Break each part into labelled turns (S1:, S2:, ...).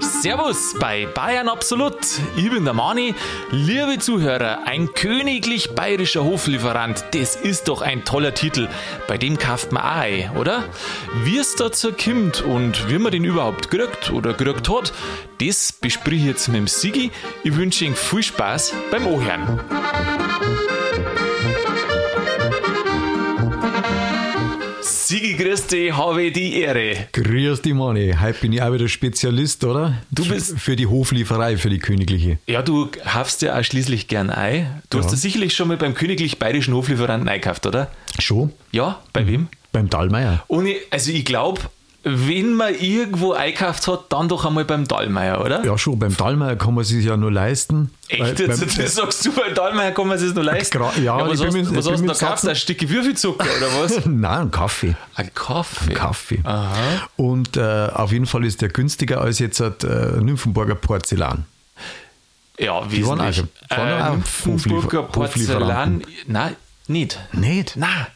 S1: Servus bei Bayern Absolut. Ich bin der Mani. Liebe Zuhörer, ein königlich bayerischer Hoflieferant, das ist doch ein toller Titel. Bei dem kauft man auch ein, oder? Wie es dazu kommt und wie man den überhaupt kriegt oder gekriegt hat, das bespreche ich jetzt mit dem Sigi. Ich wünsche Ihnen viel Spaß beim Ohren. Sigi Christi, habe ich die Ehre.
S2: Grüß die Manni, heute bin ich auch wieder Spezialist, oder?
S1: Du bist-
S2: F- für die Hoflieferei, für die königliche.
S1: Ja, du kaufst ja auch schließlich gern ein. Du
S2: Ja.
S1: hast ja sicherlich schon mal beim königlich bayerischen Hoflieferanten eingekauft, oder?
S2: Schon?
S1: Ja,
S2: Mhm.
S1: bei wem?
S2: Beim Dallmeier.
S1: Und ich, also ich glaube, wenn man irgendwo einkauft hat, dann doch einmal beim Dallmeier, oder?
S2: Ja, schon, beim Dallmeier kann man sich ja nur leisten.
S1: Echt?
S2: Weil-
S1: Jetzt,
S2: beim-
S1: das sagst du, beim Dallmeier kann man sich das nur leisten.
S2: Gra- ja,
S1: was
S2: ich bin
S1: hast,
S2: mit-
S1: was
S2: ich
S1: hast du
S2: bin
S1: da
S2: mit
S1: gekauft?
S2: Satzen-
S1: Ein Stück Würfelzucker oder was?
S2: Nein, ein Kaffee.
S1: Ein Kaffee.
S2: Kaffee.
S1: Aha.
S2: Und äh, auf jeden Fall ist der günstiger als jetzt halt, äh, Nymphenburger Porzellan.
S1: Ja,
S2: Die waren
S1: wesentlich. Äh,
S2: auch- waren auch
S1: Nymphenburger
S2: Hofliefer-
S1: Porzellan. Nein, nicht.
S2: Nicht?
S1: Nein.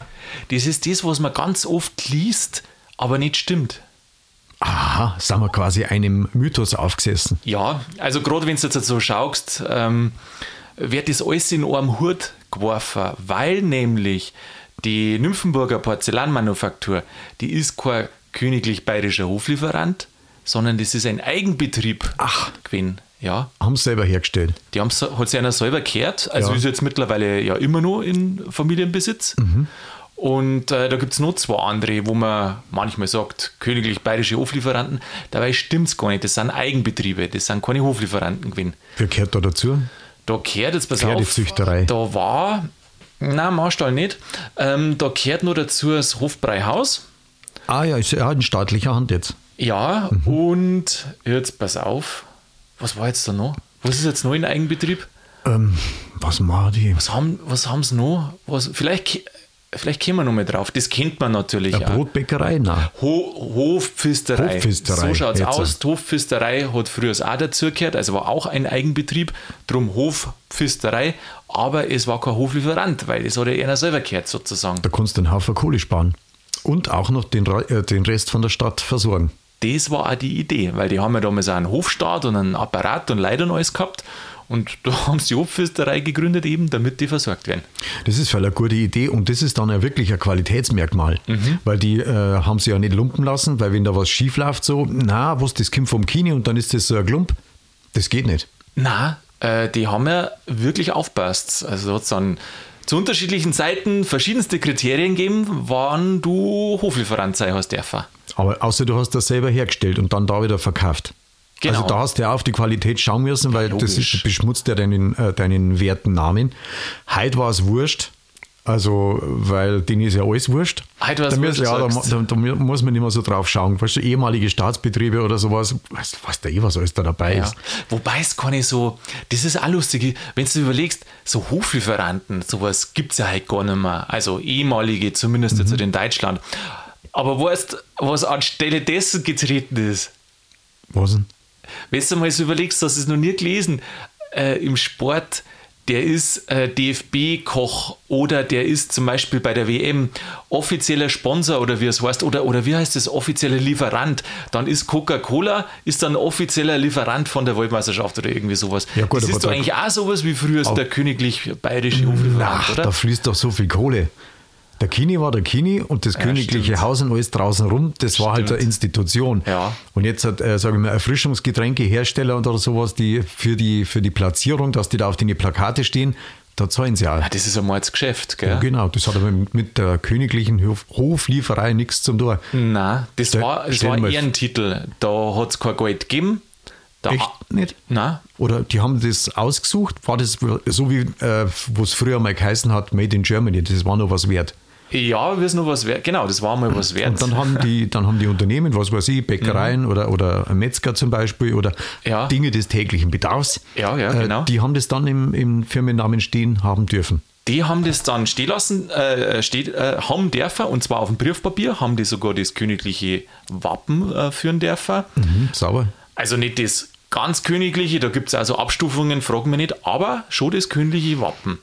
S1: Das ist das, was man ganz oft liest, aber nicht stimmt.
S2: Aha, sind wir quasi einem Mythos aufgesessen.
S1: Ja, also gerade wenn du jetzt so schaust, ähm, wird das alles in einem Hut geworfen, weil nämlich die Nymphenburger Porzellanmanufaktur, die ist kein königlich bayerischer Hoflieferant, sondern das ist ein Eigenbetrieb
S2: Ach.
S1: gewesen. Ja,
S2: Haben sie selber hergestellt.
S1: die haben hat sich einer selber gehört, also
S2: Ja.
S1: ist jetzt mittlerweile ja immer nur in Familienbesitz. Und äh, da gibt es noch zwei andere, wo man manchmal sagt, königlich bayerische Hoflieferanten. Dabei stimmt es gar nicht, das sind Eigenbetriebe, das sind keine Hoflieferanten gewesen.
S2: Wer gehört da dazu?
S1: Da kehrt jetzt pass auf,
S2: Pferdezüchterei.
S1: da war, na Marstall nicht, ähm, da kehrt nur dazu das Hofbreihaus.
S2: Ah ja, ist ja in staatlicher Hand jetzt.
S1: Ja, und jetzt pass auf, was war jetzt da noch? Was ist jetzt noch in Eigenbetrieb?
S2: Ähm, was machen die?
S1: Was haben, was haben sie noch? Was, vielleicht, ke- vielleicht kommen wir noch mal drauf. Das kennt man natürlich
S2: Eine
S1: auch.
S2: Brotbäckerei? Nein.
S1: Ho Hofpfisterei.
S2: Hofpfisterei,
S1: So schaut es
S2: jetzt.
S1: aus. Die Hofpfisterei hat früher das auch dazugehört, also war auch ein Eigenbetrieb, drum Hofpfisterei, aber es war kein Hoflieferant, weil das hat ja einer selber gehört sozusagen.
S2: Da kannst du einen Haufen Kohle sparen. Und auch noch den, Re- äh, den Rest von der Stadt versorgen.
S1: Das war auch die Idee, weil die haben ja damals auch einen Hofstaat und einen Apparat und Leid und alles gehabt und da haben sie die Hofpfisterei gegründet eben, damit die versorgt werden.
S2: Das ist voll eine gute Idee und das ist dann ja wirklich ein Qualitätsmerkmal, weil die äh, haben sie ja nicht lumpen lassen, weil wenn da was schief läuft, so, na, was, das kommt vom Kini und dann ist das so ein Klump, das geht nicht.
S1: Na, äh, die haben ja wirklich aufpasst. Also hat es dann zu unterschiedlichen Zeiten verschiedenste Kriterien gegeben, wann du Hoflieferant sein hast dürfen.
S2: Aber außer du hast das selber hergestellt und dann da wieder verkauft.
S1: Genau.
S2: Also da hast du ja auf die Qualität schauen müssen, weil das
S1: Logisch.
S2: ist, beschmutzt ja deinen, äh, deinen werten Namen. Heute war es wurscht, also weil denen ist ja alles wurscht.
S1: Heute war's
S2: da
S1: wurscht,
S2: muss, ja, da, mu-
S1: sagst
S2: da, da mu- muss man nicht mehr so drauf schauen. Weißt du, ehemalige Staatsbetriebe oder sowas, weißt du, weißt du eh, was alles da dabei
S1: Ja.
S2: ist.
S1: Wobei es keine so, das ist auch lustig, wenn du dir überlegst, so Hoflieferanten, sowas gibt es ja halt gar nicht mehr. Also ehemalige, zumindest jetzt in Deutschland. Aber weißt was anstelle dessen getreten ist?
S2: Was denn?
S1: Wenn du mal so überlegst, dass es noch nie gelesen äh, im Sport, der ist äh, DFB-Koch oder der ist zum Beispiel bei der WM offizieller Sponsor oder wie es heißt, oder, oder wie heißt es, offizieller Lieferant, dann ist Coca-Cola, ist dann offizieller Lieferant von der Weltmeisterschaft oder irgendwie sowas.
S2: Ja, gut,
S1: das
S2: aber
S1: ist doch
S2: da-
S1: eigentlich auch sowas wie früher der königlich bayerische Hoflieferant,
S2: Ach, da
S1: oder?
S2: fließt doch so viel Kohle. Der Kini war der Kini und das königliche
S1: stimmt.
S2: Haus und alles draußen rum, das war halt eine Institution.
S1: Ja.
S2: Und jetzt hat, äh, sage ich mal, Erfrischungsgetränkehersteller und oder sowas, die für die, für die Platzierung, dass die da auf die Plakate stehen, da zahlen sie auch.
S1: Ah, Das ist ein Mordsgeschäft, gell?
S2: Ja, genau, das hat aber mit der königlichen Hof Hoflieferei nichts zum tun.
S1: Nein, das
S2: Stell-
S1: war, das
S2: stell
S1: war
S2: mal-
S1: Ehrentitel. Da hat es kein Geld gegeben. Da,
S2: Echt nicht?
S1: Nein,
S2: Oder die haben das ausgesucht, war das so wie, äh, wo es früher mal geheißen hat, Made in Germany, das war noch was wert.
S1: Ja, wir sind noch was wert. Genau, das war mal was wert.
S2: Und dann haben die, dann haben die Unternehmen, was weiß ich, Bäckereien oder, oder Metzger zum Beispiel oder
S1: Mhm. Ja.
S2: Dinge des täglichen Bedarfs.
S1: Ja, ja,
S2: äh,
S1: genau.
S2: Die haben das dann im, im Firmennamen stehen haben dürfen.
S1: die haben das dann stehen lassen, äh, steht, äh, haben dürfen, und zwar auf dem Briefpapier, haben die sogar das königliche Wappen äh, führen dürfen.
S2: Mhm, sauber.
S1: Also nicht das ganz königliche, da gibt es also Abstufungen, fragen wir nicht, aber schon das königliche Wappen.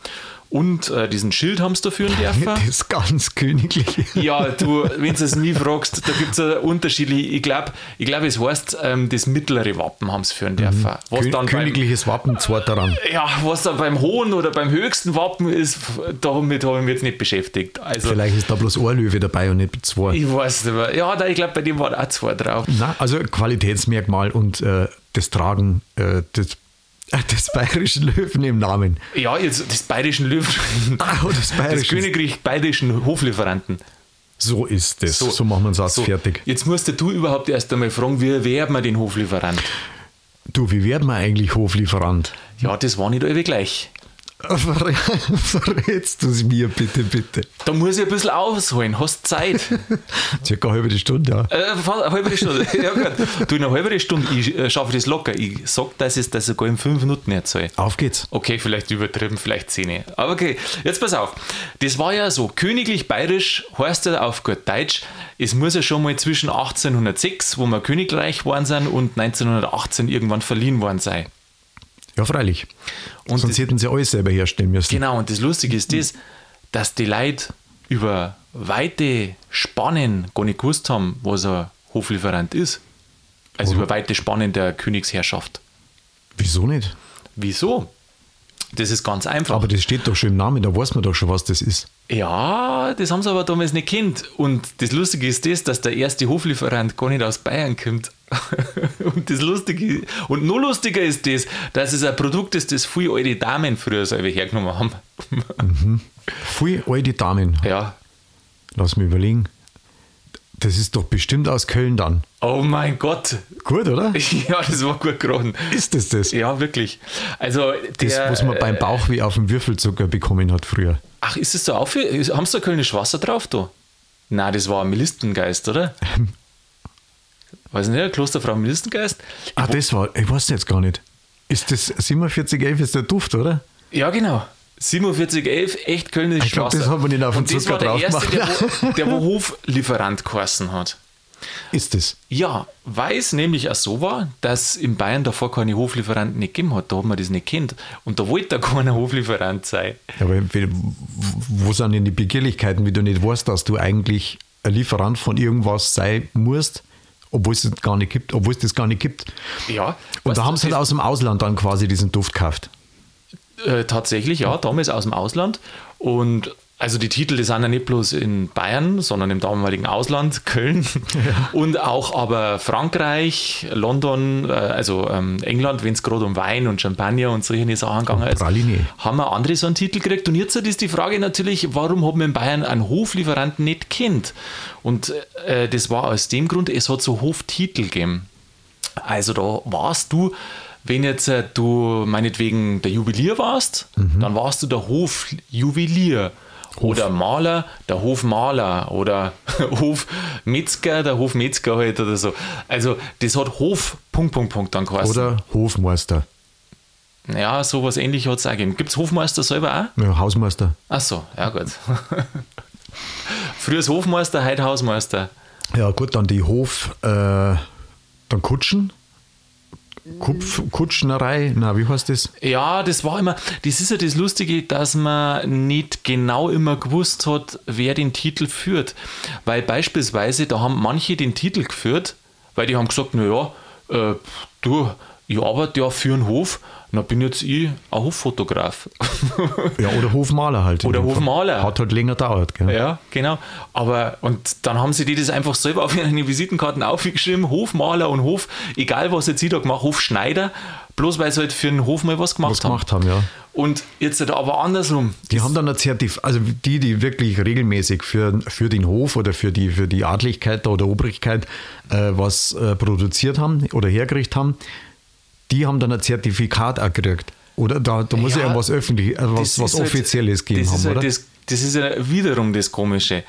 S1: Und äh, diesen Schild haben sie da führen dürfen.
S2: Das ist ganz königlich.
S1: Ja, du, wenn du es nie fragst, da gibt es ja unterschiedliche. Ich glaube, ich glaub, es heißt, ähm, das mittlere Wappen haben sie
S2: Mhm.
S1: führen dürfen. Was
S2: Kö
S1: dann beim,
S2: Königliches Wappen, zweiter Rang.
S1: ja, was dann beim hohen oder beim höchsten Wappen ist, damit habe ich mich jetzt nicht beschäftigt. Also,
S2: Vielleicht ist da bloß ein Löwe dabei und nicht zwei.
S1: ich weiß nicht mehr. Ja, da, ich glaube, bei dem waren auch zwei drauf.
S2: Na, also Qualitätsmerkmal und äh, das Tragen äh, des, des bayerischen Löwen im Namen.
S1: Ja, jetzt des bayerischen Löwen.
S2: Ah, des
S1: des
S2: bayerischen.
S1: Königreich bayerischen Hoflieferanten.
S2: so ist es. So, machen wir einen Satz
S1: so.
S2: fertig.
S1: Jetzt musst du überhaupt erst einmal fragen, wie erwerben wir den Hoflieferant?
S2: Du, wie werden wir eigentlich Hoflieferant?
S1: Ja, das war nicht alle gleich.
S2: Ver- Verrätst du es mir bitte, bitte.
S1: Da muss ich ein bisschen ausholen. Hast Zeit?
S2: Circa eine halbe Stunde, ja.
S1: Äh, fa- eine halbe Stunde. Ja, gut. Du, in einer halben Stunde, ich äh, schaffe das locker. Ich sag, dass ich das sogar in fünf Minuten erzähle.
S2: Auf geht's.
S1: Okay, vielleicht übertrieben, vielleicht Szene. Aber okay, jetzt pass auf. Das war ja so, königlich bayerisch heißt ja auf gut Deutsch, es muss ja schon mal zwischen 1806, wo wir Königreich geworden sind, und 1918 irgendwann verliehen worden sein.
S2: Ja, freilich.
S1: Und
S2: Sonst hätten sie alles selber herstellen müssen.
S1: Genau, und das Lustige ist das, dass die Leute über weite Spannen gar nicht gewusst haben, was ein Hoflieferant ist. Also über weite Spannen der Königsherrschaft.
S2: Wieso nicht?
S1: Wieso? Das ist ganz einfach.
S2: Aber das steht doch schon im Namen, da weiß man doch schon, was das ist.
S1: Ja, das haben sie aber damals nicht kennt. Und das Lustige ist das, dass der erste Hoflieferant gar nicht aus Bayern kommt. und das Lustige und noch lustiger ist das, dass es ein Produkt ist, das viele alte Damen früher selber hergenommen haben.
S2: Pfui, alte Damen.
S1: ja.
S2: Lass mich überlegen. Das ist doch bestimmt aus Köln dann.
S1: Oh mein Gott.
S2: Gut, oder?
S1: Ja, das war gut geraten.
S2: Ist das das?
S1: Ja, wirklich. Also
S2: Das,
S1: der,
S2: was man beim Bauch wie auf dem Würfelzucker bekommen hat früher.
S1: Ach, ist es da auch viel? ist- Haben sie da Kölnisch Wasser drauf da? Na, das war ein Milistengeist, oder? Weiß nicht, Klosterfrau Milistengeist?
S2: Ah, das war, ich weiß jetzt gar nicht. Ist das 4711 ist der Duft, oder?
S1: Ja, genau. 4711, echt Kölnisch
S2: Ich glaub,
S1: Wasser.
S2: das hat man nicht auf den
S1: Und das
S2: Zucker
S1: war der
S2: drauf
S1: erste, der,
S2: gemacht.
S1: wo, der wo Hoflieferant geheißen hat.
S2: Ist das?
S1: Ja, weil es nämlich auch so war, dass in Bayern davor keine Hoflieferanten nicht gegeben hat. Da hat man das nicht kennt. Und da wollte da keiner Hoflieferant sein.
S2: Ja, aber we- wo sind denn die Begehrlichkeiten, wie du nicht weißt, dass du eigentlich ein Lieferant von irgendwas sein musst, obwohl es das gar nicht gibt, obwohl es das gar nicht gibt.
S1: Ja.
S2: Und
S1: weißt
S2: da
S1: du,
S2: haben sie halt aus dem Ausland dann quasi diesen Duft gekauft.
S1: Äh, tatsächlich, ja, damals aus dem Ausland. Und also die Titel, die sind ja nicht bloß in Bayern, sondern im damaligen Ausland, Köln und auch aber Frankreich, London, äh, also ähm, England, wenn es gerade um Wein und Champagner und solche Sachen gegangen ist,
S2: Praline.
S1: haben wir andere so einen Titel gekriegt. Und jetzt ist die Frage natürlich, warum hat man in Bayern einen Hoflieferanten nicht kennt? Und äh, das war aus dem Grund, es hat so Hoftitel gegeben. Also da warst du, wenn jetzt äh, du meinetwegen der Juwelier warst, dann warst du der Hofjuwelier. Oder Maler, der Hofmaler oder Hofmetzger, der Hofmetzger halt oder so. Also das hat Hof, Punkt, Punkt, Punkt dann geheißen.
S2: Oder Hofmeister,
S1: Ja, sowas ähnlich hat es auch gegeben. Gibt es Hofmeister selber auch?
S2: ja, Hausmeister.
S1: Ach so, ja gut. Früher ist Hofmeister, heute Hausmeister.
S2: Ja, gut, dann die Hof, äh, dann Kutschen. Kupf,
S1: Mhm.
S2: Kutschnerei, na, wie heißt das?
S1: Ja, das war immer, das ist ja das Lustige, dass man nicht genau immer gewusst hat, wer den Titel führt. Weil beispielsweise, da haben manche den Titel geführt, weil die haben gesagt, naja, äh, du, ich arbeite ja für einen Hof, na bin jetzt ich ein Hoffotograf.
S2: Ja, oder Hofmaler halt. in
S1: Oder
S2: dem Fall.
S1: Hofmaler.
S2: Hat halt länger dauert, gell?
S1: Ja, genau. Aber und dann haben sie die das einfach selber auf ihren Visitenkarten aufgeschrieben, Hofmaler und Hof, egal was jetzt ich da gemacht, Hofschneider, bloß weil sie halt für den Hof mal was gemacht
S2: Was
S1: haben.
S2: gemacht haben, ja.
S1: Und jetzt halt aber andersrum.
S2: Die haben dann ein Zertif, also die, die wirklich regelmäßig für, für den Hof oder für die, für die Adligkeit da oder Obrigkeit äh, was äh, produziert haben oder hergerichtet haben, die haben dann ein Zertifikat auch gekriegt. Oder da, da muss
S1: Ja,
S2: ja irgendwas öffentlich, äh, was,
S1: Das
S2: was
S1: ist halt-
S2: Offizielles gegeben
S1: das
S2: haben,
S1: ist halt
S2: oder?
S1: Das, das ist ja wiederum das Komische.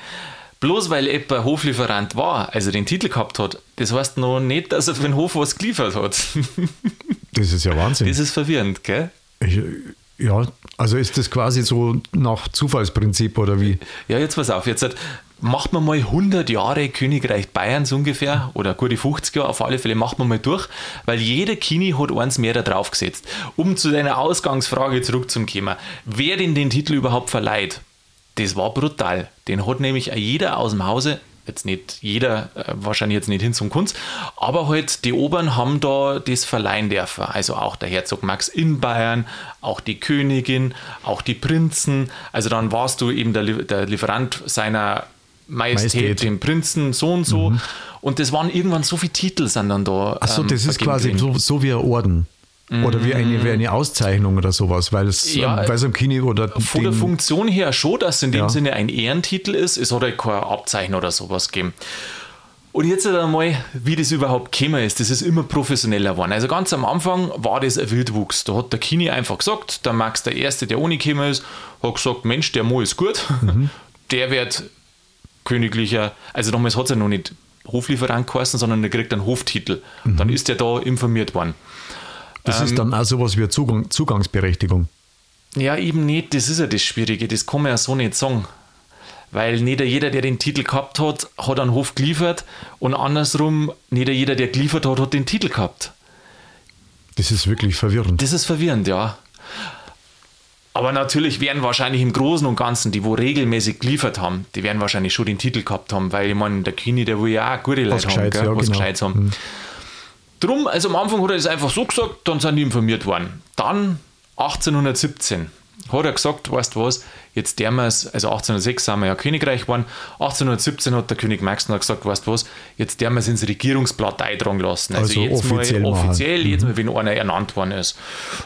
S1: Bloß weil etwa Hoflieferant war, also den Titel gehabt hat, das heißt noch nicht, dass er für den Hof was geliefert hat.
S2: das ist ja Wahnsinn.
S1: Das ist verwirrend, gell?
S2: Ich- Ja, also ist das quasi so nach Zufallsprinzip oder wie?
S1: Ja, jetzt pass auf, jetzt hat, macht man mal 100 Jahre Königreich Bayern so ungefähr, oder gute 50 Jahre auf alle Fälle, macht man mal durch, weil jeder Kini hat eins mehr da drauf gesetzt. Um zu deiner Ausgangsfrage zurückzukommen, wer denn den Titel überhaupt verleiht, das war brutal. Den hat nämlich jeder aus dem Hause, jetzt nicht jeder, äh, wahrscheinlich jetzt nicht hin zum Kunst, aber halt die Obern haben da das verleihen dürfen. Also auch der Herzog Max in Bayern, auch die Königin, auch die Prinzen. Also dann warst du eben der, Li- der Lieferant seiner Majestät,
S2: Majestät.
S1: dem Prinzen, so und so. Und das waren irgendwann so viele Titel, sind dann da.
S2: Achso,
S1: ähm,
S2: das ist
S1: vergeben
S2: quasi
S1: gewesen.
S2: so, so wie ein Orden. Oder wie eine, wie eine Auszeichnung oder sowas, weil es,
S1: Ja,
S2: ähm, weil es am Kini oder
S1: Von der
S2: den-
S1: Funktion her schon, dass es in dem
S2: Ja.
S1: Sinne ein Ehrentitel ist. Es hat halt kein Abzeichen oder sowas gegeben. Und jetzt halt einmal, wie das überhaupt gekommen ist, das ist immer professioneller geworden. Also ganz am Anfang war das ein Wildwuchs. Da hat der Kini einfach gesagt, der Max der Erste, der ohne gekommen ist, hat gesagt, Mensch, der Mo ist gut,
S2: Mhm.
S1: der wird königlicher, also damals hat es ja noch nicht Hoflieferant geheißen, sondern der kriegt einen Hoftitel.
S2: Mhm.
S1: Dann ist der da informiert worden.
S2: Das
S1: Ähm,
S2: ist dann auch sowas wie eine Zugang, Zugangsberechtigung.
S1: Ja, eben nicht. Das ist ja das Schwierige. Das kann man ja so nicht sagen. Weil nicht jeder, der den Titel gehabt hat, hat einen Hof geliefert. Und andersrum, nicht jeder, der geliefert hat, hat den Titel gehabt.
S2: Das ist wirklich verwirrend.
S1: Das ist verwirrend, ja. Aber natürlich werden wahrscheinlich im Großen und Ganzen, die wo regelmäßig geliefert haben, die werden wahrscheinlich schon den Titel gehabt haben, weil ich meine, der Kini, der will ja auch gute Leute haben,
S2: Gescheites,
S1: gell?
S2: ja,
S1: was
S2: genau.
S1: Gescheites haben. Drum, also am Anfang hat er das einfach so gesagt, dann sind die informiert worden. Dann 1817 hat er gesagt, weißt du was, jetzt der es, also 1806 sind wir ja Königreich geworden, 1817 hat der König Max noch gesagt, weißt du was, jetzt der es ins Regierungsblatt eintragen lassen. Also,
S2: Also
S1: jetzt
S2: offiziell
S1: mal
S2: machen.
S1: offiziell, jetzt mal, eh wenn einer ernannt worden ist.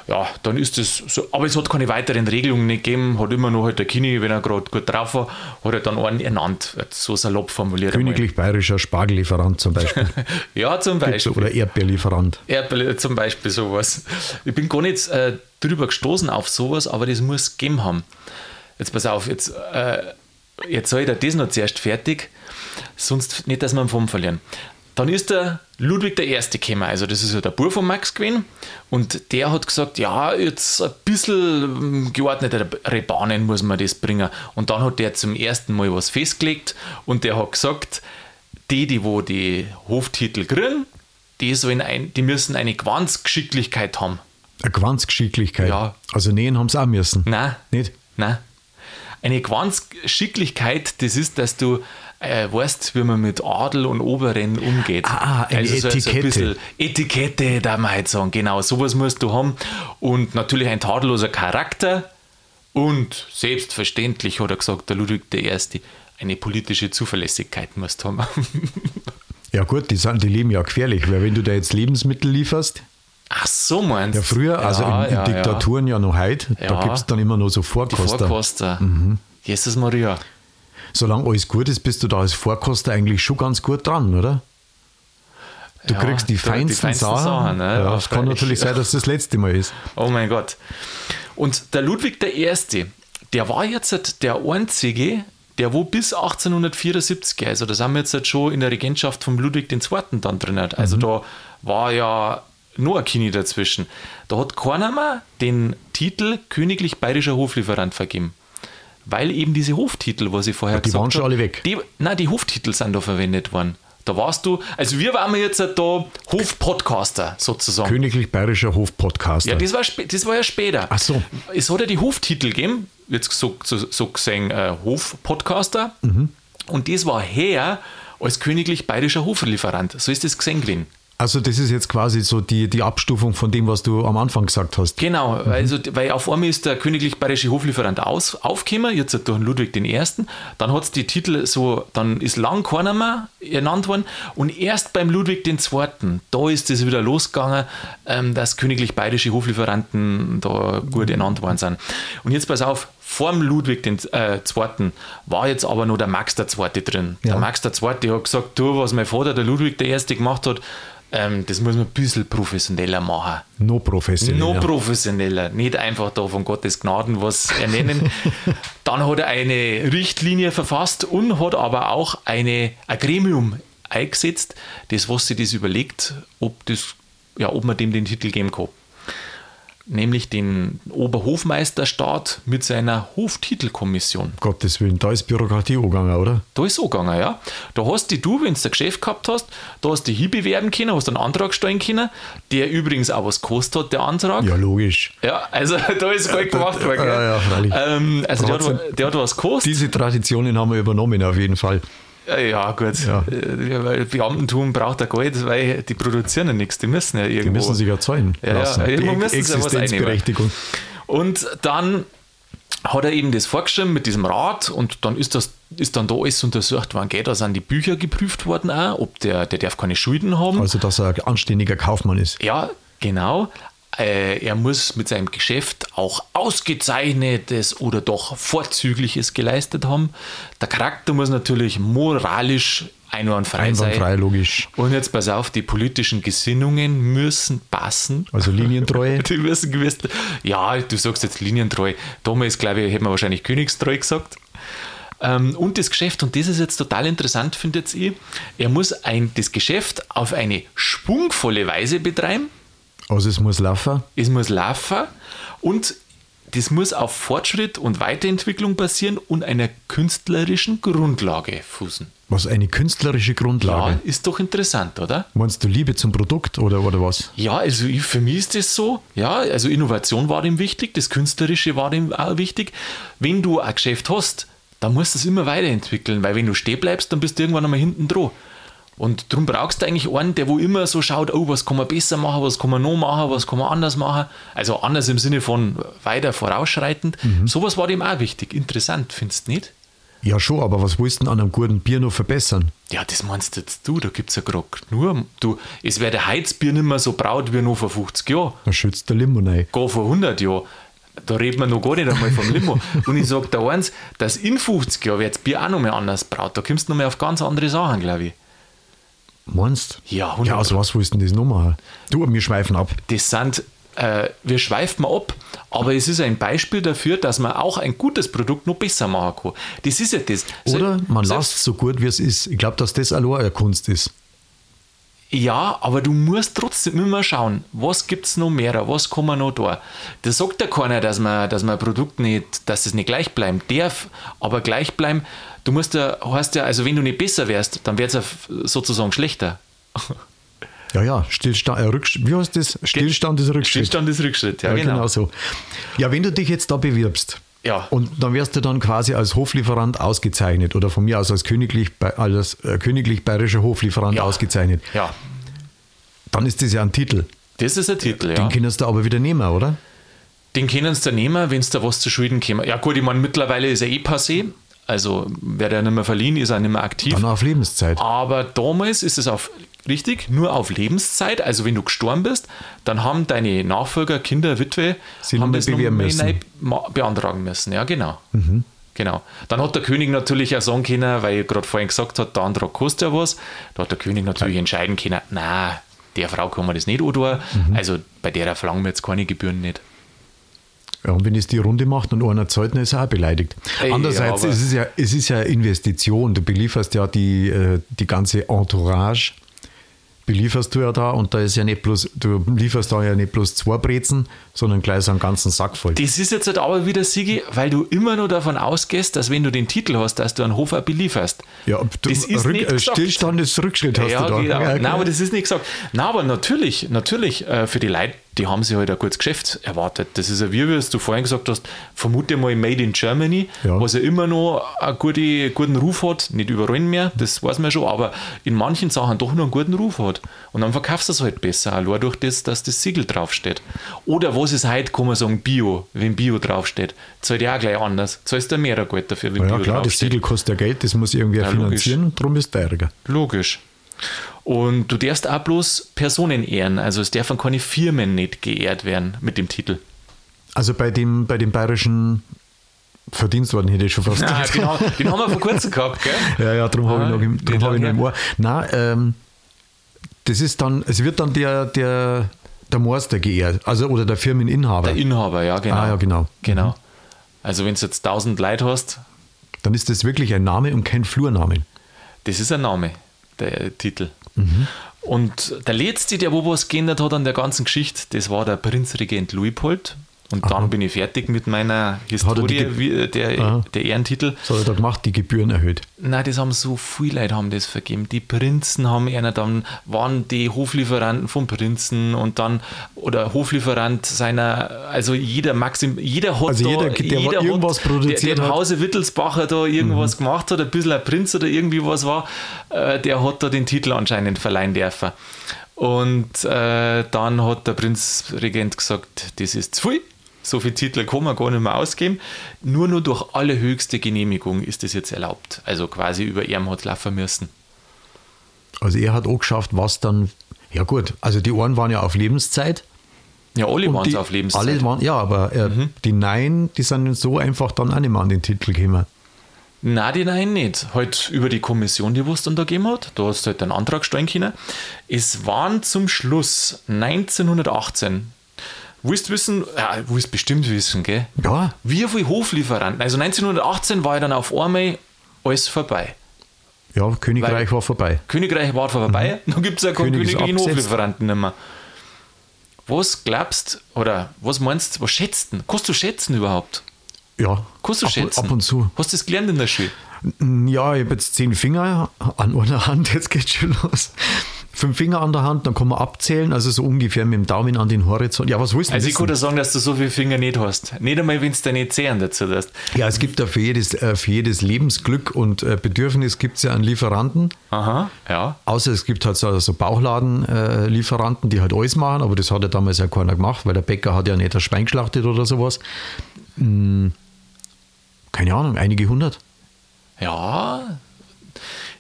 S1: Ja, dann ist das so, aber es hat keine weiteren Regelungen nicht gegeben, hat immer noch halt der Kini, wenn er gerade gut drauf war, hat er dann einen ernannt, Jetzt so salopp formuliert. einmal.
S2: Königlich bayerischer Spargellieferant zum Beispiel.
S1: Ja, zum Beispiel.
S2: oder Erdbeerlieferant.
S1: Erdbeere äh, zum Beispiel sowas. Ich bin gar nicht äh, drüber gestoßen auf sowas, aber das muss es gegeben haben. Jetzt pass auf, jetzt, äh, jetzt soll ich dir das noch zuerst fertig, sonst nicht, dass wir ihn vom verlieren. Dann ist der Ludwig der Erste gekommen, also das ist ja der Bruder von Max gewesen und der hat gesagt, ja, jetzt ein bisschen ähm, geordnete Rebahnen muss man das bringen. Und dann hat der zum ersten Mal was festgelegt und der hat gesagt, die, die wo die Hoftitel kriegen, die, sollen ein, die müssen eine Glanzgeschicklichkeit haben.
S2: Eine Quanzgeschicklichkeit.
S1: Ja.
S2: Also nähen haben sie auch müssen.
S1: Nein.
S2: Nicht?
S1: Nein. Eine Glanzgeschicklichkeit, das ist, dass du äh, weißt, wie man mit Adel und Oberen umgeht. Also
S2: Ah, eine Etikette.
S1: bisschen Etikette, da mal jetzt sagen, genau, sowas musst du haben. Und natürlich ein tadelloser Charakter. Und selbstverständlich, hat er gesagt, der Ludwig I., eine politische Zuverlässigkeit musst du haben.
S2: Ja gut, die, sind, die leben ja gefährlich, weil wenn du da jetzt Lebensmittel lieferst,
S1: Ach so, meinst
S2: ja früher, also in, in Diktaturen ja, noch heute,
S1: Ja.
S2: da gibt es dann immer nur so
S1: Die
S2: Vorkoster.
S1: Vorkoster. Jesus Maria.
S2: Solange alles gut ist, bist du da als Vorkoster eigentlich schon ganz gut dran, oder? Du
S1: Ja,
S2: kriegst die
S1: du- die
S2: feinsten,
S1: feinsten
S2: Sachen.
S1: Sachen, ne? Ja,
S2: Ja, es kann
S1: freilich.
S2: natürlich sein, dass das letzte Mal ist.
S1: Oh mein Gott. Und der Ludwig I., der war jetzt der einzige, der wo bis 1874, also da sind wir jetzt schon in der Regentschaft von Ludwig II. dann drin. Also
S2: Mhm.
S1: da war ja nur ein Kini dazwischen. Da hat keiner mehr den Titel königlich bayerischer Hoflieferant vergeben. Weil eben diese Hoftitel, was ich vorher
S2: die waren schon
S1: hab,
S2: alle weg.
S1: Die, nein, die Hoftitel sind da verwendet worden. Da warst du, also wir waren jetzt da Hofpodcaster sozusagen.
S2: Königlich Bayerischer Hofpodcaster.
S1: Ja, das war, spä- das war ja später.
S2: Ach so.
S1: Es hat ja die Hoftitel gegeben, jetzt so, so, so gesehen äh, Hofpodcaster.
S2: Mhm.
S1: Und das war her als königlich bayerischer Hoflieferant. So ist das gesehen gewesen.
S2: also das ist jetzt quasi so die, die Abstufung von dem, was du am Anfang gesagt hast. Mhm.
S1: Genau, also, weil auf einmal ist der königlich bayerische Hoflieferant aus, aufgekommen, jetzt durch den Ludwig I. Dann hat es die Titel so, dann ist lang keiner mehr ernannt worden und erst beim Ludwig II. da ist es wieder losgegangen, ähm, dass königlich bayerische Hoflieferanten da
S2: Mhm.
S1: gut ernannt worden sind. Und jetzt pass auf, vor dem Ludwig II. Äh, II. war jetzt aber noch der Max II. drin.
S2: Ja.
S1: Der Max II. hat gesagt, du, was mein Vater, der Ludwig I. gemacht hat, ähm, das muss man ein bisschen professioneller machen.
S2: No professionell.
S1: Noch professioneller, nicht einfach da von Gottes Gnaden was ernennen. Dann hat er eine Richtlinie verfasst und hat aber auch eine, ein Gremium eingesetzt, das was sich das überlegt, ob, das, ja, ob man dem den Titel geben kann. nämlich den Oberhofmeisterstaat mit seiner Hoftitelkommission.
S2: Um Gottes Willen, da ist Bürokratie angegangen, oder?
S1: Da ist es angegangen, ja. Da hast die du, wenn du ein Geschäft gehabt hast, da hast du dich bewerben können, hast einen Antrag stellen können, der übrigens auch was kostet hat, der Antrag.
S2: Ja, logisch.
S1: Ja, also da ist gut gemacht worden. gell?
S2: ja, ja, freilich.
S1: ähm, also der
S2: Trotzdem-
S1: hat, der hat was gekostet.
S2: Diese Traditionen haben wir übernommen, auf jeden Fall.
S1: Äh, Ja, gut.
S2: Ja.
S1: Äh, Weil Beamtentum braucht ja Geld, weil die produzieren ja nichts. Die müssen ja irgendwo.
S2: Die müssen sich erzeugen
S1: Oh. Ja, ja,
S2: lassen.
S1: irgendwo
S2: Die
S1: müssen sie ja was einnehmen.
S2: Existenzberechtigung.
S1: Und dann hat er eben das vorgeschrieben mit diesem Rat und dann ist das ist dann da alles untersucht worden. Gell? Da sind die Bücher geprüft worden auch, ob der, der darf keine Schulden haben.
S2: Also, dass er ein anständiger Kaufmann ist.
S1: Ja, genau. Äh, er muss mit seinem Geschäft auch ausgezeichnetes oder doch vorzügliches geleistet haben. Der Charakter muss natürlich moralisch einwandfrei,
S2: Einwandfrei,
S1: sein.
S2: logisch.
S1: Und jetzt pass auf, die politischen Gesinnungen müssen passen.
S2: Also Linientreue.
S1: Die müssen gewiss. Ja, du sagst jetzt linientreu. Damals, glaube ich, hätte man wahrscheinlich königstreu gesagt. Ähm, und das Geschäft, und das ist jetzt total interessant, finde jetzt ich, er muss ein, das Geschäft auf eine schwungvolle Weise betreiben.
S2: Also, es muss laufen.
S1: Es muss laufen und das muss auf Fortschritt und Weiterentwicklung basieren und einer künstlerischen Grundlage fußen.
S2: Was eine künstlerische
S1: Ja,
S2: Grundlage.
S1: ist doch interessant, oder?
S2: Meinst du Liebe zum Produkt oder, oder was?
S1: Ja, also ich, für mich ist das so. Ja, also Innovation war ihm wichtig, das Künstlerische war ihm auch wichtig. Wenn du ein Geschäft hast, dann musst du es immer weiterentwickeln, weil wenn du stehen bleibst, dann bist du irgendwann einmal hinten dran. Und darum brauchst du eigentlich einen, der wo immer so schaut, oh, was kann man besser machen, was kann man noch machen, was kann man anders machen. Also anders im Sinne von weiter vorausschreitend. Sowas war ihm auch wichtig. Interessant, findest du nicht?
S2: Ja, schon, aber was willst du denn an einem guten Bier noch verbessern?
S1: Ja, das meinst jetzt du, da gibt es ja gerade nur, du, es wäre der Heizbier nicht mehr so braut wie noch vor 50 Jahren.
S2: Da schützt der Limonei.
S1: gar vor 100 Jahren, da reden wir noch gar nicht einmal vom Limo. Und ich sage da eins, dass in 50 Jahren wird das Bier auch noch mal anders braut. Da kommst du noch mal auf ganz andere Sachen, glaube ich.
S2: Meinst du?
S1: Ja,
S2: Ja,
S1: 100
S2: aus was willst du denn das noch machen? Du, wir schweifen ab.
S1: Das sind, äh, wir schweifen mal ab, aber es ist ein Beispiel dafür, dass man auch ein gutes Produkt noch besser machen kann. Das ist ja das. So-
S2: Oder man
S1: so-
S2: lasst es so gut, wie es ist. Ich glaube, dass das allein eine Kunst ist.
S1: Ja, aber du musst trotzdem immer schauen, was gibt es noch mehr, was kann man noch da. Das sagt ja keiner, dass man, dass man ein Produkt nicht, dass es nicht gleich bleiben darf, aber gleich bleiben, du musst ja, heißt ja, also wenn du nicht besser wärst, dann wär's ja f- sozusagen schlechter.
S2: Ja, ja, Stillstand, äh, Rücksch- wie heißt das? Stillstand ist Rückschritt.
S1: Stillstand ist Rückschritt, ja,
S2: Ja,
S1: genau.
S2: genau. so. Ja, wenn du dich jetzt da bewirbst
S1: Ja.
S2: und dann wirst du dann quasi als Hoflieferant ausgezeichnet oder von mir aus als königlich, bei- als äh, königlich bayerischer Hoflieferant
S1: Ja.
S2: ausgezeichnet,
S1: Ja,
S2: dann ist das ja ein Titel.
S1: das ist ein Titel, ja.
S2: Den kannst du aber wieder nehmen, oder?
S1: Den können sie nehmen, wenn es da was zu Schulden käme. Ja gut, ich meine, mittlerweile ist er eh passé, also wer der nicht mehr verliehen, ist er nicht mehr aktiv.
S2: Dann auf Lebenszeit.
S1: Aber damals ist es auf richtig nur auf Lebenszeit. Also wenn du gestorben bist, dann haben deine Nachfolger, Kinder, Witwe,
S2: Sie
S1: haben
S2: nochmal
S1: das noch
S2: bewerben
S1: mal
S2: müssen. Mhm.
S1: neu ma- beantragen müssen. Ja, genau. Genau. Dann hat der König natürlich auch sagen können, weil er gerade vorhin gesagt hat, der Antrag kostet ja was. Da hat der König natürlich entscheiden können, na, der Frau kann man das nicht oder
S2: Mhm.
S1: Also bei der verlangen wir jetzt keine Gebühren nicht.
S2: Ja, und wenn es die Runde macht und einer zahlt, dann ist er auch beleidigt.
S1: Ey,
S2: Andererseits,
S1: aber-
S2: es ist ja, es ist ja eine Investition. Du belieferst ja die, äh, die ganze Entourage, belieferst du ja da und da ist ja nicht bloß, du lieferst da ja nicht bloß zwei Brezen, sondern gleich so einen ganzen Sack voll.
S1: Das ist jetzt halt aber wieder, Sigi, weil du immer nur davon ausgehst, dass wenn du den Titel hast, dass du einen Hof auch belieferst.
S2: Ja, du,
S1: Das ist
S2: Rück,
S1: nicht
S2: äh,
S1: gesagt.
S2: Stillstand ist Rückschritt, hast
S1: ja,
S2: du da.
S1: Genau.
S2: Ja,
S1: Nein,
S2: klar.
S1: aber das ist nicht gesagt. Nein, aber natürlich, natürlich, äh, für die Leute, die haben sich halt ein gutes Geschäft erwartet. Das ist ja wie, wie du vorhin gesagt hast, vermute mal Made in Germany,
S2: Ja.
S1: was ja immer noch einen gute, guten Ruf hat. Nicht überall mehr, das weiß man schon, aber in manchen Sachen doch noch einen guten Ruf hat. Und dann verkaufst du es halt besser, allein durch das, dass das Siegel draufsteht. Oder was ist heute, kann man sagen, Bio, wenn Bio draufsteht. Zahlt ja auch gleich anders. Zahlst du mehr Geld dafür, wenn
S2: ja,
S1: Bio
S2: klar, das
S1: draufsteht.
S2: Siegel kostet ja Geld, das muss irgendwie
S1: logisch.
S2: finanzieren und darum ist es teurer.
S1: Logisch. Und du darfst auch bloß Personen ehren, also es dürfen keine Firmen nicht geehrt werden mit dem Titel.
S2: Also bei dem, bei dem bayerischen Verdienstorden hätte ich schon fast
S1: Ah,
S2: gesagt.
S1: genau, den haben wir vor kurzem gehabt, gell?
S2: Ja, ja, darum habe ich
S1: Ah,
S2: noch, im-
S1: den
S2: drum hab ich noch im
S1: lang
S2: Ohr. Nein, ähm, das ist dann, es wird dann der, der, der Meister geehrt, also oder der Firmeninhaber.
S1: Der Inhaber, ja, genau.
S2: Ah, ja, genau.
S1: Genau. Also, wenn du jetzt 1000 Leute hast,
S2: Dann ist das wirklich ein Name und kein Flurnamen. Mhm.
S1: das ist ein Name, der Titel. Und der letzte, der wo was geändert hat an der ganzen Geschichte, das war der Prinzregent Luipold. Und dann
S2: Aha.
S1: bin ich fertig mit meiner
S2: er die
S1: Historie,
S2: Ge- Ah.
S1: wie, der,
S2: Aha.
S1: der Ehrentitel.
S2: Was hat er da gemacht? Die Gebühren erhöht.
S1: Nein, das haben so viele Leute haben das vergeben. Die Prinzen haben einer dann, waren die Hoflieferanten vom Prinzen und dann, oder Hoflieferant seiner, also jeder Maxim, jeder hat
S2: Also
S1: da,
S2: jeder, der irgendwas
S1: hat, der,
S2: produziert
S1: der im
S2: hat.
S1: Hause Wittelsbacher da irgendwas
S2: Mhm.
S1: gemacht hat, ein bisschen ein Prinz oder irgendwie was war, äh, der hat da den Titel anscheinend verleihen dürfen. Und äh, dann hat der Prinzregent gesagt, das ist zu viel. So viele Titel kann man gar nicht mehr ausgeben. Nur nur durch allerhöchste Genehmigung ist das jetzt erlaubt. Also quasi über Erm hat laufen müssen.
S2: Also er hat auch geschafft, was dann. Ja gut, also die Ohren waren ja auf Lebenszeit.
S1: Ja, alle
S2: Und
S1: waren es
S2: die-
S1: auf Lebenszeit. Mhm.
S2: Alle waren, ja, aber äh, die Nein, die sind so einfach dann auch nicht mehr an den Titel gekommen.
S1: Nein, die nein, nicht. Halt über die Kommission, die was dann da gegeben hat. Da hast du halt einen Antrag stellen können. Es waren zum Schluss 1918. Willst wissen, ja, willst bestimmt wissen, gell?
S2: Ja,
S1: Wie viele Hoflieferanten? Also 1918 war ja dann auf einmal alles vorbei.
S2: ja, Königreich
S1: Weil-
S2: war vorbei.
S1: Königreich war zwar vorbei, dann gibt es ja keinen
S2: König Mhm. ist
S1: königlichen
S2: abgesetzt.
S1: Hoflieferanten nicht mehr. Was glaubst oder was meinst du, was schätzt denn? Kannst du schätzen überhaupt?
S2: Ja,
S1: Kannst du
S2: ab,
S1: schätzen?
S2: ab und zu.
S1: Hast du das gelernt in der Schule?
S2: Hm, Ja, ich habe jetzt zehn Finger an einer Hand, jetzt geht's schon los. Fünf Finger an der Hand, dann kann man abzählen, also so ungefähr mit dem Daumen an den Horizont. Ja, was willst du
S1: Also ich
S2: wissen?
S1: kann dir sagen, dass du so viele Finger nicht hast. Nicht einmal, wenn du deine Zehen dazu hast.
S2: Ja, es gibt ja für jedes, äh, für jedes Lebensglück und äh, Bedürfnis gibt es ja einen Lieferanten.
S1: Aha, ja.
S2: Außer es gibt halt so, so Bauchladen-Lieferanten, die halt alles machen, aber das hat ja damals ja keiner gemacht, weil der Bäcker hat ja nicht das Schwein geschlachtet oder sowas. Hm, keine Ahnung, einige hundert.
S1: Ja.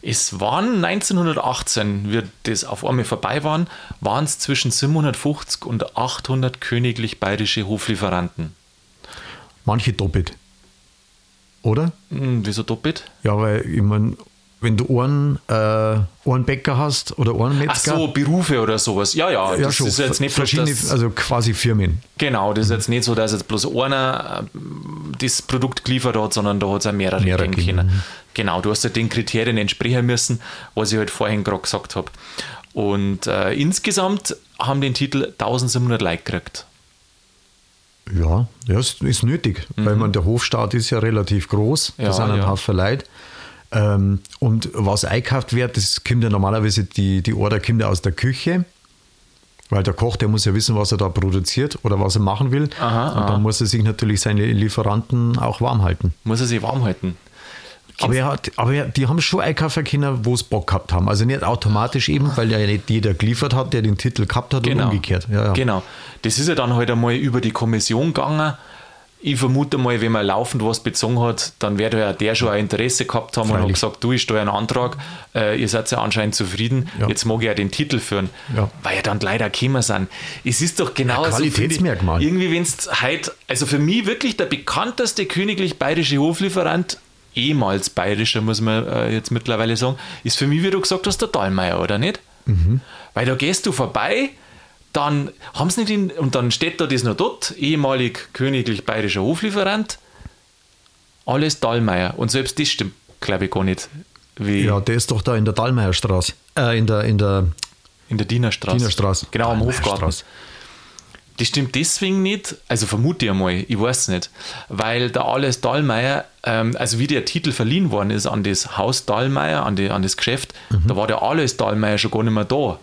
S1: Es waren 1918, wird das auf einmal vorbei waren, waren es zwischen 750 und 800 königlich bayerische Hoflieferanten.
S2: Manche doppelt. Oder?
S1: Hm, wieso doppelt?
S2: Ja, weil ich meine, wenn du einen, äh, einen Bäcker hast oder einen
S1: Ach
S2: Metzger.
S1: so, Berufe oder sowas. Ja, ja,
S2: ja,
S1: das
S2: schon.
S1: ist jetzt nicht bloß
S2: verschiedene,
S1: das,
S2: also quasi Firmen.
S1: Genau, das ist jetzt nicht so, dass jetzt bloß einer ähm, das Produkt geliefert hat, sondern da hat es auch mehrere,
S2: Mehrere
S1: geben
S2: gegeben, mhm.
S1: können. Genau, du hast halt den Kriterien entsprechen müssen, was ich halt vorhin gerade gesagt habe. Und äh, insgesamt haben den Titel 1700 Like gekriegt.
S2: Ja, ja, es ist nötig, weil man, der Hofstaat ist ja relativ groß,
S1: Mhm. Ja,
S2: da sind ein
S1: ja.
S2: Haufen Leute. Ähm, und was einkauft wird, das kommt ja normalerweise, die, die Order kommt ja aus der Küche, weil der Koch, der muss ja wissen, was er da produziert oder was er machen will.
S1: Aha,
S2: und dann muss er sich natürlich seine Lieferanten auch warm halten.
S1: Muss er sich warm halten.
S2: Aber, er hat, aber er, die haben schon einkaufen können, wo es Bock gehabt haben. Also nicht automatisch eben, weil ja nicht jeder geliefert hat, der den Titel gehabt hat und umgekehrt. Ja, ja.
S1: Genau. Das ist ja dann halt einmal über die Kommission gegangen. Ich vermute mal, wenn man laufend was bezogen hat, dann wird ja der schon ein Interesse gehabt haben und hat
S2: Freilich.
S1: gesagt, du, ich stelle einen Antrag, äh, ihr seid ja anscheinend zufrieden,
S2: Ja.
S1: jetzt mag ich ja den Titel führen,
S2: Ja.
S1: weil ja dann leider gekommen sind. Es ist doch genau
S2: Ja, Qualitätsmerkmal.
S1: Irgendwie, wenn es halt, also für mich wirklich der bekannteste königlich bayerische Hoflieferant, ehemals bayerischer, muss man äh, jetzt mittlerweile sagen, ist für mich, wie du gesagt hast, der Dallmeier, oder nicht?
S2: Mhm.
S1: Weil da gehst du vorbei, dann haben sie nicht in, und dann steht da das noch dort, ehemalig königlich bayerischer Hoflieferant, alles Dallmeier. Und selbst das stimmt, glaube ich, gar nicht, wie
S2: ja, der ist doch da in der Dallmeierstraße, äh, in der, in der
S1: in der Dienerstraße.
S2: Dienerstraße.
S1: Genau, am
S2: Dallmeierstraße.
S1: Hofgarten. Das stimmt deswegen nicht, also vermute ich einmal, ich weiß es nicht, weil der Alles Dahlmeier, ähm, also wie der Titel verliehen worden ist an das Haus Dahlmeier, an, die, an das Geschäft, da war der Alles Dahlmeier schon gar nicht mehr da.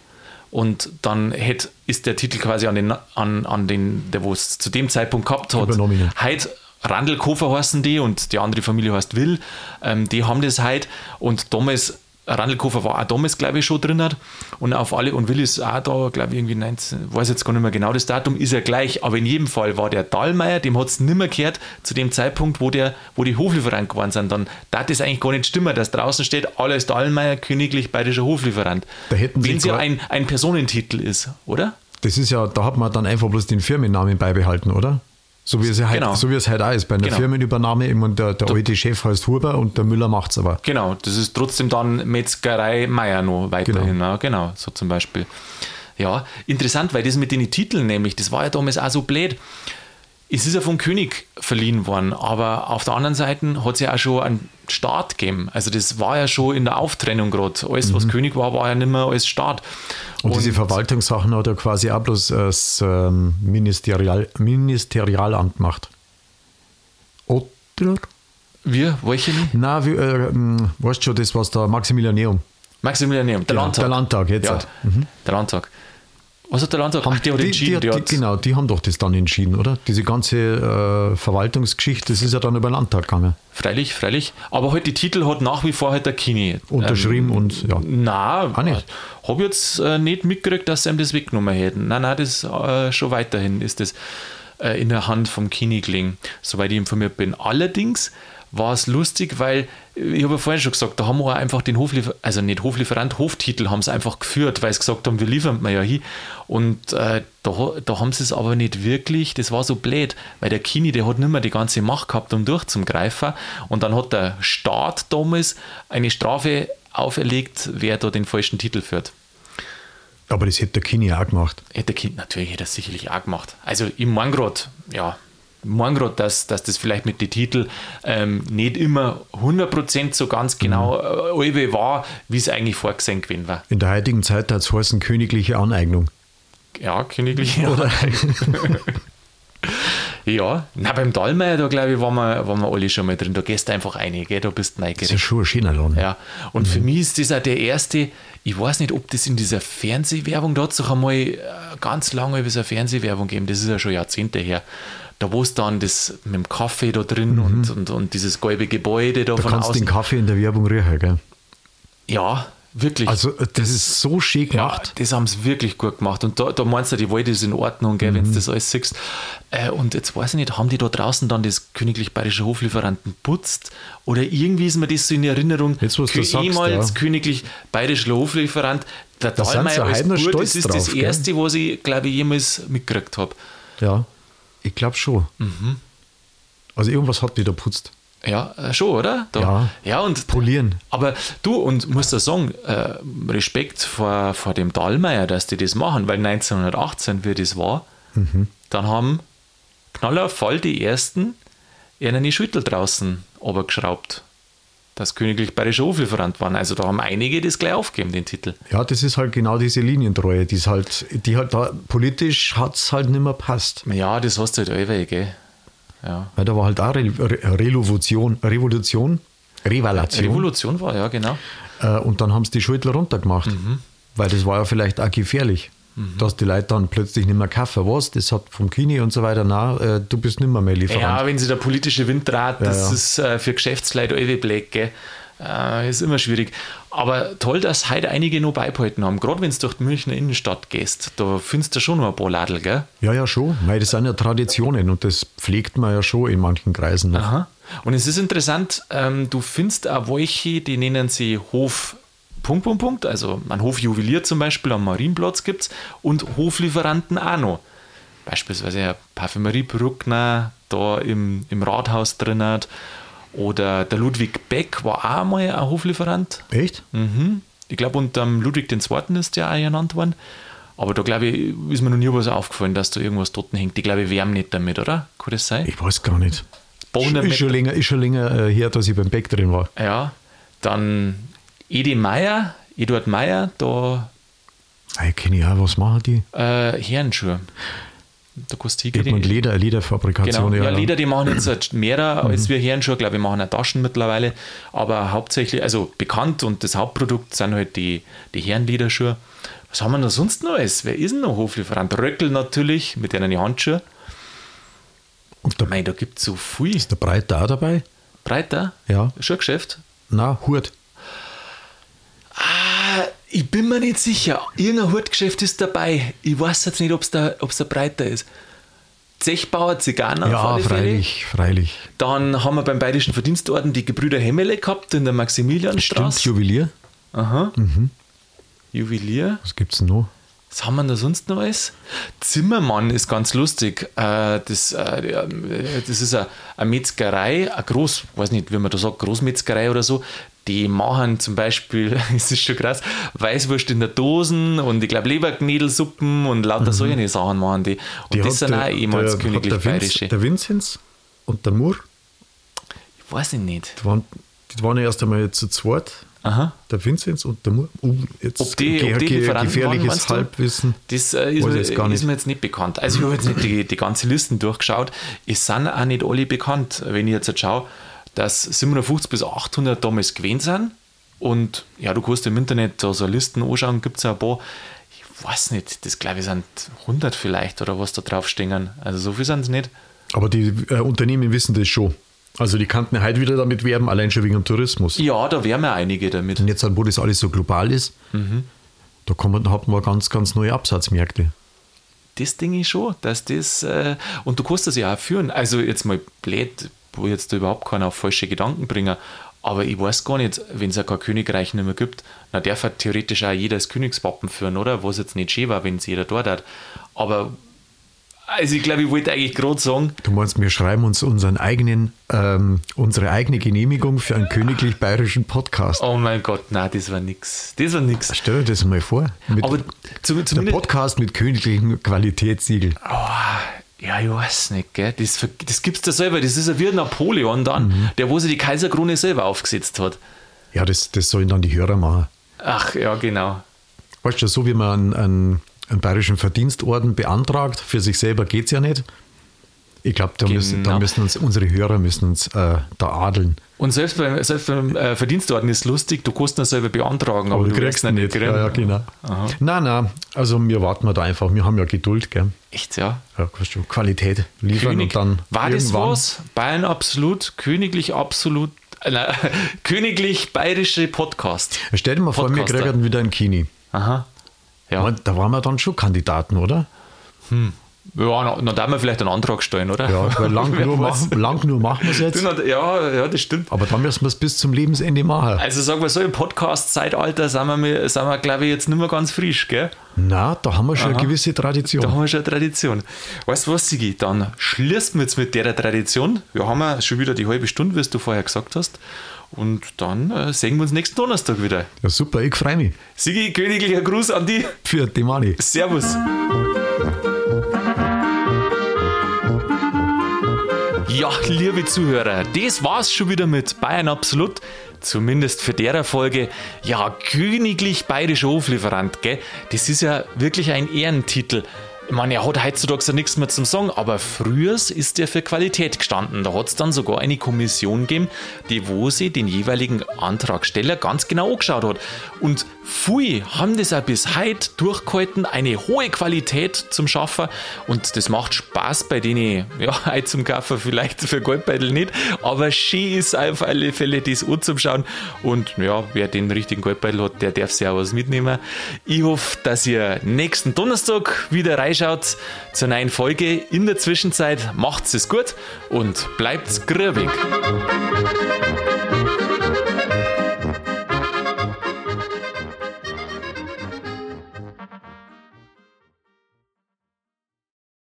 S1: Und dann hätt, ist der Titel quasi an den, an, an den der wo es zu dem Zeitpunkt gehabt hat.
S2: Übernommen.
S1: Heute Randelkofer heißen die und die andere Familie heißt Will, ähm, die haben das heute und damals. Randelkofer war auch damals, glaube ich, schon drin hat. Und auf alle, und Will ist auch da, glaube ich, irgendwie 19, weiß jetzt gar nicht mehr genau das Datum, ist er gleich. Aber in jedem Fall war der Dahlmeier, dem hat es nimmer gehört, zu dem Zeitpunkt, wo, der, wo die Hoflieferant geworden sind. Dann darf das eigentlich gar nicht stimmen, dass draußen steht, alles Dahlmeier, königlich bayerischer Hoflieferant.
S2: Da hätten sie
S1: Wenn es ja
S2: gar-
S1: ein, ein Personentitel ist, oder?
S2: Das ist ja, da hat man dann einfach bloß den Firmennamen beibehalten, oder? So wie es, ja
S1: Genau.
S2: halt, so wie es halt auch ist. Bei einer
S1: Genau.
S2: Firmenübernahme, ich meine, der, der alte Chef heißt Huber und der Müller macht es aber.
S1: Genau, das ist trotzdem dann Metzgerei Meier noch weiterhin. Genau.
S2: Genau.
S1: Ja, genau, so zum Beispiel. Ja, interessant, weil das mit den Titeln nämlich, das war ja damals auch so blöd. Es ist ja vom König verliehen worden, aber auf der anderen Seite hat es ja auch schon einen Staat gegeben. Also das war ja schon in der Auftrennung gerade. Alles, was König war, war ja nicht mehr als Staat.
S2: Mhm. Und, diese Verwaltungssachen hat er quasi auch bloß das ähm, Ministerial, Ministerialamt gemacht. Oder?
S1: Wir, welche?
S2: Na, wie, äh, ähm, weißt schon, das was da Maximilianeum.
S1: Maximilianeum, der
S2: Ja,
S1: Landtag.
S2: Der Landtag, jetzt.
S1: Ja,
S2: halt.
S1: der Landtag. Was hat der Landtag? Ach, der hat entschieden,
S2: die,
S1: der
S2: die,
S1: hat,
S2: genau, die haben doch das dann entschieden, oder? Diese ganze äh, Verwaltungsgeschichte, das ist ja dann über den Landtag gegangen.
S1: freilich, freilich. Aber halt die Titel hat nach wie vor halt der Kini.
S2: Unterschrieben und ja.
S1: Na,
S2: Ah, nicht.
S1: habe jetzt äh, nicht mitgekriegt, dass sie ihm das weggenommen hätten. Nein, nein, das äh, schon weiterhin ist das äh, in der Hand vom Kinigling, soweit ich informiert bin. Allerdings war es lustig, weil äh, ich habe ja vorhin schon gesagt, da haben wir einfach den Hofliefer also nicht Hoflieferant, Hoftitel haben sie einfach geführt, weil sie gesagt haben, wir liefern mal ja hin. Und äh, da, da haben sie es aber nicht wirklich, das war so blöd, weil der Kini, der hat nicht mehr die ganze Macht gehabt, um durchzugreifen. Und dann hat der Staat damals eine Strafe auferlegt, wer da den falschen Titel führt.
S2: Aber das hätte der Kini auch gemacht.
S1: Hätte Kind natürlich hätte das sicherlich auch gemacht. Also im Mangrot, ja, Mangrot, dass, dass das vielleicht mit den Titel ähm, nicht immer 100% so ganz genau äh, allwe war, wie es eigentlich vorgesehen gewesen war.
S2: In der heutigen Zeit hat es heißen königliche Aneignung.
S1: Ja, königlich. Ja, ja. Na, beim Dallmeier, da glaube ich, waren wir, waren wir alle schon mal drin. Da gehst du einfach rein, gell? da bist du
S2: Das ist ja
S1: neugierig.
S2: schon ein schöner Laden.
S1: Ja, und für
S2: Mhm.
S1: mich ist das auch der erste, ich weiß nicht, ob das in dieser Fernsehwerbung, da hat es doch einmal äh, ganz lange über so eine Fernsehwerbung gegeben, das ist ja schon Jahrzehnte her. Da wo es dann das mit dem Kaffee da drin und, und, und dieses gelbe Gebäude da,
S2: Mhm. Da
S1: von
S2: kannst du
S1: außen.
S2: den Kaffee in der Werbung riechen, gell?
S1: ja, wirklich.
S2: Also, das ist so schick
S1: ja,
S2: gemacht.
S1: Ah, das haben sie wirklich gut gemacht. Und da, da meinst du, die Welt ist in Ordnung, gell, wenn
S2: Mhm.
S1: du das alles siehst. Äh, und jetzt weiß ich nicht, haben die da draußen dann das königlich bayerische Hoflieferanten putzt? Oder irgendwie ist mir das so in Erinnerung.
S2: Jetzt, was du
S1: Kö-
S2: sagst,
S1: Ehemals
S2: ja.
S1: königlich bayerischer Hoflieferant, der
S2: Da sind sie
S1: Dahlmeier als
S2: heute noch
S1: Bub,
S2: stolz
S1: das ist das
S2: drauf, gell?
S1: Erste, was ich, glaube ich, jemals mitgekriegt habe.
S2: Ja, ich glaube schon.
S1: Mhm.
S2: Also, irgendwas hat die da putzt.
S1: Ja, äh, schon, oder? Da-
S2: Ja.
S1: ja, und
S2: Polieren.
S1: Aber du, und musst da sagen, äh, Respekt vor, vor dem Dahlmeier, dass die das machen, weil 1918, wie das war, dann haben Knaller voll die ersten eine Schüttel draußen obergeschraubt. Das königlich bayerische Hoflieferant waren. Also da haben einige das gleich aufgegeben, den Titel.
S2: Ja, das ist halt genau diese Linientreue, die halt, die halt da politisch hat es halt nicht mehr passt.
S1: Ja, das hast du halt allweil, gell? Ja.
S2: Weil da war halt auch Re Re Revolution, Revolution, Revalation.
S1: Revolution war, ja, genau.
S2: äh, und dann haben sie die Schuldler runtergemacht.
S1: Mhm.
S2: Weil das war ja vielleicht auch gefährlich, dass die Leute dann plötzlich nicht mehr kaufen. Was? Das hat vom Kini und so weiter. Na, äh, du bist nicht mehr mehr Lieferant.
S1: Ja, wenn sie der politische Wind dreht, das
S2: ja.
S1: ist äh, für Geschäftsleute alle Black, gell? Äh, ist immer schwierig. Aber toll, dass heute einige noch beibehalten haben. Gerade wenn du durch die Münchner Innenstadt gehst, da findest du schon noch ein paar Ladel, gell?
S2: Ja, ja, schon. Weil das sind ja Traditionen und das pflegt man ja schon in manchen Kreisen. ne. noch.
S1: Aha. Und es ist interessant, ähm, du findest auch welche, die nennen sie Hof. Punkt, Punkt, Punkt. Also ein Hofjuwelier zum Beispiel am Marienplatz gibt es und Hoflieferanten auch noch. Beispielsweise eine Parfümerie Bruckner da im, im Rathaus drin hat. Oder der Ludwig Beck war auch mal ein Hoflieferant.
S2: Echt?
S1: Mhm. Ich glaube, unter dem Ludwig II. ist der auch genannt worden. Aber da glaube ich, ist mir noch nie was aufgefallen, dass da irgendwas dort hängt. Ich glaube, wir wärmen nicht damit, oder? Kann das sein?
S2: Ich weiß gar nicht.
S1: Bohnen
S2: ist, schon länger, ist schon länger äh, her, dass ich beim Beck drin war.
S1: Ja, dann Edi Meier, Eduard Meier, da
S2: Ich kenne ja, was machen die?
S1: äh, Herrenschuhe. Da kannst du
S2: Eben
S1: hingehen.
S2: Leder, Lederfabrikation.
S1: Genau, ja,
S2: ja.
S1: Leder, die machen jetzt mehrere als wir Herrenschuhe, glaube ich, machen auch Taschen mittlerweile, aber hauptsächlich, also bekannt und das Hauptprodukt sind halt die, die Herrenlederschuhe. Was haben wir denn sonst noch alles? Wer ist denn noch Hoflieferant? Röckel natürlich, mit denen die Handschuhe.
S2: Und der,
S1: Mei, da gibt es so viel.
S2: der Breite auch dabei?
S1: Breiter?
S2: Ja.
S1: Schuhgeschäft?
S2: Na, Hurt.
S1: Äh, Ich bin mir nicht sicher. Irgendein Hurtgeschäft ist dabei. Ich weiß jetzt nicht, ob es da, ob's da breiter ist. Zechbauer Zigarner auf
S2: Ja,
S1: alle Fälle.
S2: freilich, freilich.
S1: Dann haben wir beim Bayerischen Verdienstorden die Gebrüder Hemmele gehabt in der
S2: Stimmt, Mhm.
S1: Maximilianstraße.
S2: Juwelier.
S1: Aha. Juwelier.
S2: Was gibt's denn noch?
S1: Was haben wir da sonst noch alles? Zimmermann ist ganz lustig. Äh, Das, äh, ja, das ist eine, eine Metzgerei, eine Groß, weiß nicht, wie man da sagt, Großmetzgerei oder so. Die machen zum Beispiel, es ist schon krass, Weißwurst in der Dosen und ich glaube Leberknädelsuppen und lauter solche Sachen machen die. Und
S2: Mhm. Die
S1: das
S2: hat
S1: sind
S2: der-
S1: auch ehemals
S2: der-
S1: königlich
S2: hat der, Vinz-
S1: bayerische.
S2: der Vinzenz und der Moore,
S1: Ich weiß ich nicht.
S2: die waren, die waren ja erst einmal zu zweit.
S1: Aha.
S2: Der Vinzenz und der Mur. Oh, jetzt
S1: Ob die- ob die Lieferanten waren, meinst
S2: gefährliches
S1: du?
S2: Halbwissen.
S1: Das äh, ist,
S2: Weiß
S1: mir,
S2: ich jetzt gar
S1: ist
S2: nicht.
S1: mir jetzt nicht bekannt. Also ich habe jetzt nicht die, die ganze Listen durchgeschaut. Es sind auch nicht alle bekannt, wenn ich jetzt schaue, dass 750 bis 800 damals gewesen sind. Und ja, du kannst im Internet da so Listen anschauen, gibt es ein paar. Ich weiß nicht, das glaube ich sind 100 vielleicht oder was da draufstehen. Also so viel sind es nicht.
S2: Aber die äh, Unternehmen wissen das schon. Also die kannten heute wieder damit werben, allein schon wegen dem Tourismus.
S1: Ja, da wären wir einige damit.
S2: Und jetzt, halt, wo das alles so global ist, da kommen, hat man ganz, ganz neue Absatzmärkte.
S1: das Ding ich schon, dass das, äh, und du kannst das ja auch führen. Also jetzt mal blöd, wo jetzt da überhaupt keiner auf falsche Gedanken bringen. Aber ich weiß gar nicht, wenn es ja kein Königreich nicht mehr gibt, dann darf ja theoretisch auch jeder das Königswappen führen, oder? Was jetzt nicht schön war, wenn es jeder dort hat. Aber, also ich glaube, ich wollte eigentlich gerade sagen,
S2: Du meinst, wir schreiben uns unseren eigenen, ähm, unsere eigene Genehmigung für einen königlich bayerischen Podcast.
S1: oh mein Gott, nein, das war nix. Das war nix.
S2: Stell dir das mal vor. Mit
S1: Aber zum,
S2: der
S1: zumindest, Ah,
S2: Podcast mit königlichem Qualitätssiegel.
S1: Ja, ich weiß nicht, gell? Das, ver- das gibt's da selber. Das ist ja wie Napoleon dann,
S2: Mhm.
S1: der wo sich die Kaiserkrone selber aufgesetzt hat.
S2: Ja, das, das sollen dann die Hörer machen.
S1: Ach ja, genau.
S2: Weißt du, so wie man einen, einen, einen bayerischen Verdienstorden beantragt, für sich selber geht es ja nicht. Ich glaube, da, müssen, da
S1: Genau.
S2: müssen uns unsere Hörer müssen uns äh, da adeln.
S1: Und selbst beim, selbst beim äh, Verdienstorden ist lustig, du kannst ihn selber beantragen, aber,
S2: Aber
S1: du kriegst ihn nicht. kriegen.
S2: Ja, ja, genau.
S1: Aha.
S2: Nein, nein, also wir warten wir da einfach. Wir haben ja Geduld, gell?
S1: Echt, ja.
S2: Ja, weißt du, Qualität liefern
S1: König,
S2: und dann
S1: war das
S2: irgendwann-
S1: was? Bayern absolut, königlich absolut, äh, nein, königlich bayerische Podcast.
S2: Stell dir mal vor, wir
S1: Podcaster.
S2: kriegen wieder ein Kini.
S1: Aha. Ja,
S2: Ich mein, Da waren wir dann schon Kandidaten, oder?
S1: ja na, na, da wir vielleicht einen Antrag stellen, oder?
S2: Ja, weil lang,
S1: Wer
S2: nur,
S1: weiß.
S2: machen, lang nur machen wir es
S1: Du,
S2: jetzt.
S1: na, ja, ja, das stimmt.
S2: Aber dann müssen wir es bis zum Lebensende machen.
S1: Also sagen wir so, im Podcast-Zeitalter sind wir, mir- sind wir glaube ich, jetzt nicht mehr ganz frisch, gell?
S2: Na, da haben wir schon eine gewisse Tradition.
S1: Da haben wir schon eine Tradition. Weißt du was, Sigi? Dann schließen wir jetzt mit der Tradition. Wir haben ja schon wieder die halbe Stunde, wie du vorher gesagt hast. Und dann äh, sehen wir uns nächsten Donnerstag wieder.
S2: Ja, super, ich freue mich.
S1: Sigi, königlicher Gruß an die.
S2: Für die Mani.
S1: Servus. Ja, liebe Zuhörer, das war's schon wieder mit Bayern Absolut. Zumindest für derer Folge. Ja, königlich bayerischer Hoflieferant, gell? Das ist ja wirklich ein Ehrentitel. Ich meine, er hat heutzutage ja nichts mehr zum Song, aber frühers ist er für Qualität gestanden. Da hat es dann sogar eine Kommission gegeben, die wo sie den jeweiligen Antragsteller ganz genau angeschaut hat. Und Fui haben das auch bis heute durchgehalten, eine hohe Qualität zum Schaffen. Und das macht Spaß bei denen, ja, Ei zum Kaffee vielleicht für Goldbeutel nicht, aber schön ist auf alle Fälle das anzuschauen. Und ja, wer den richtigen Goldbeutel hat, der darf sich auch was mitnehmen. Ich hoffe, dass ihr nächsten Donnerstag wieder reinschaut zur neuen Folge. In der Zwischenzeit macht's es gut und bleibt grübig.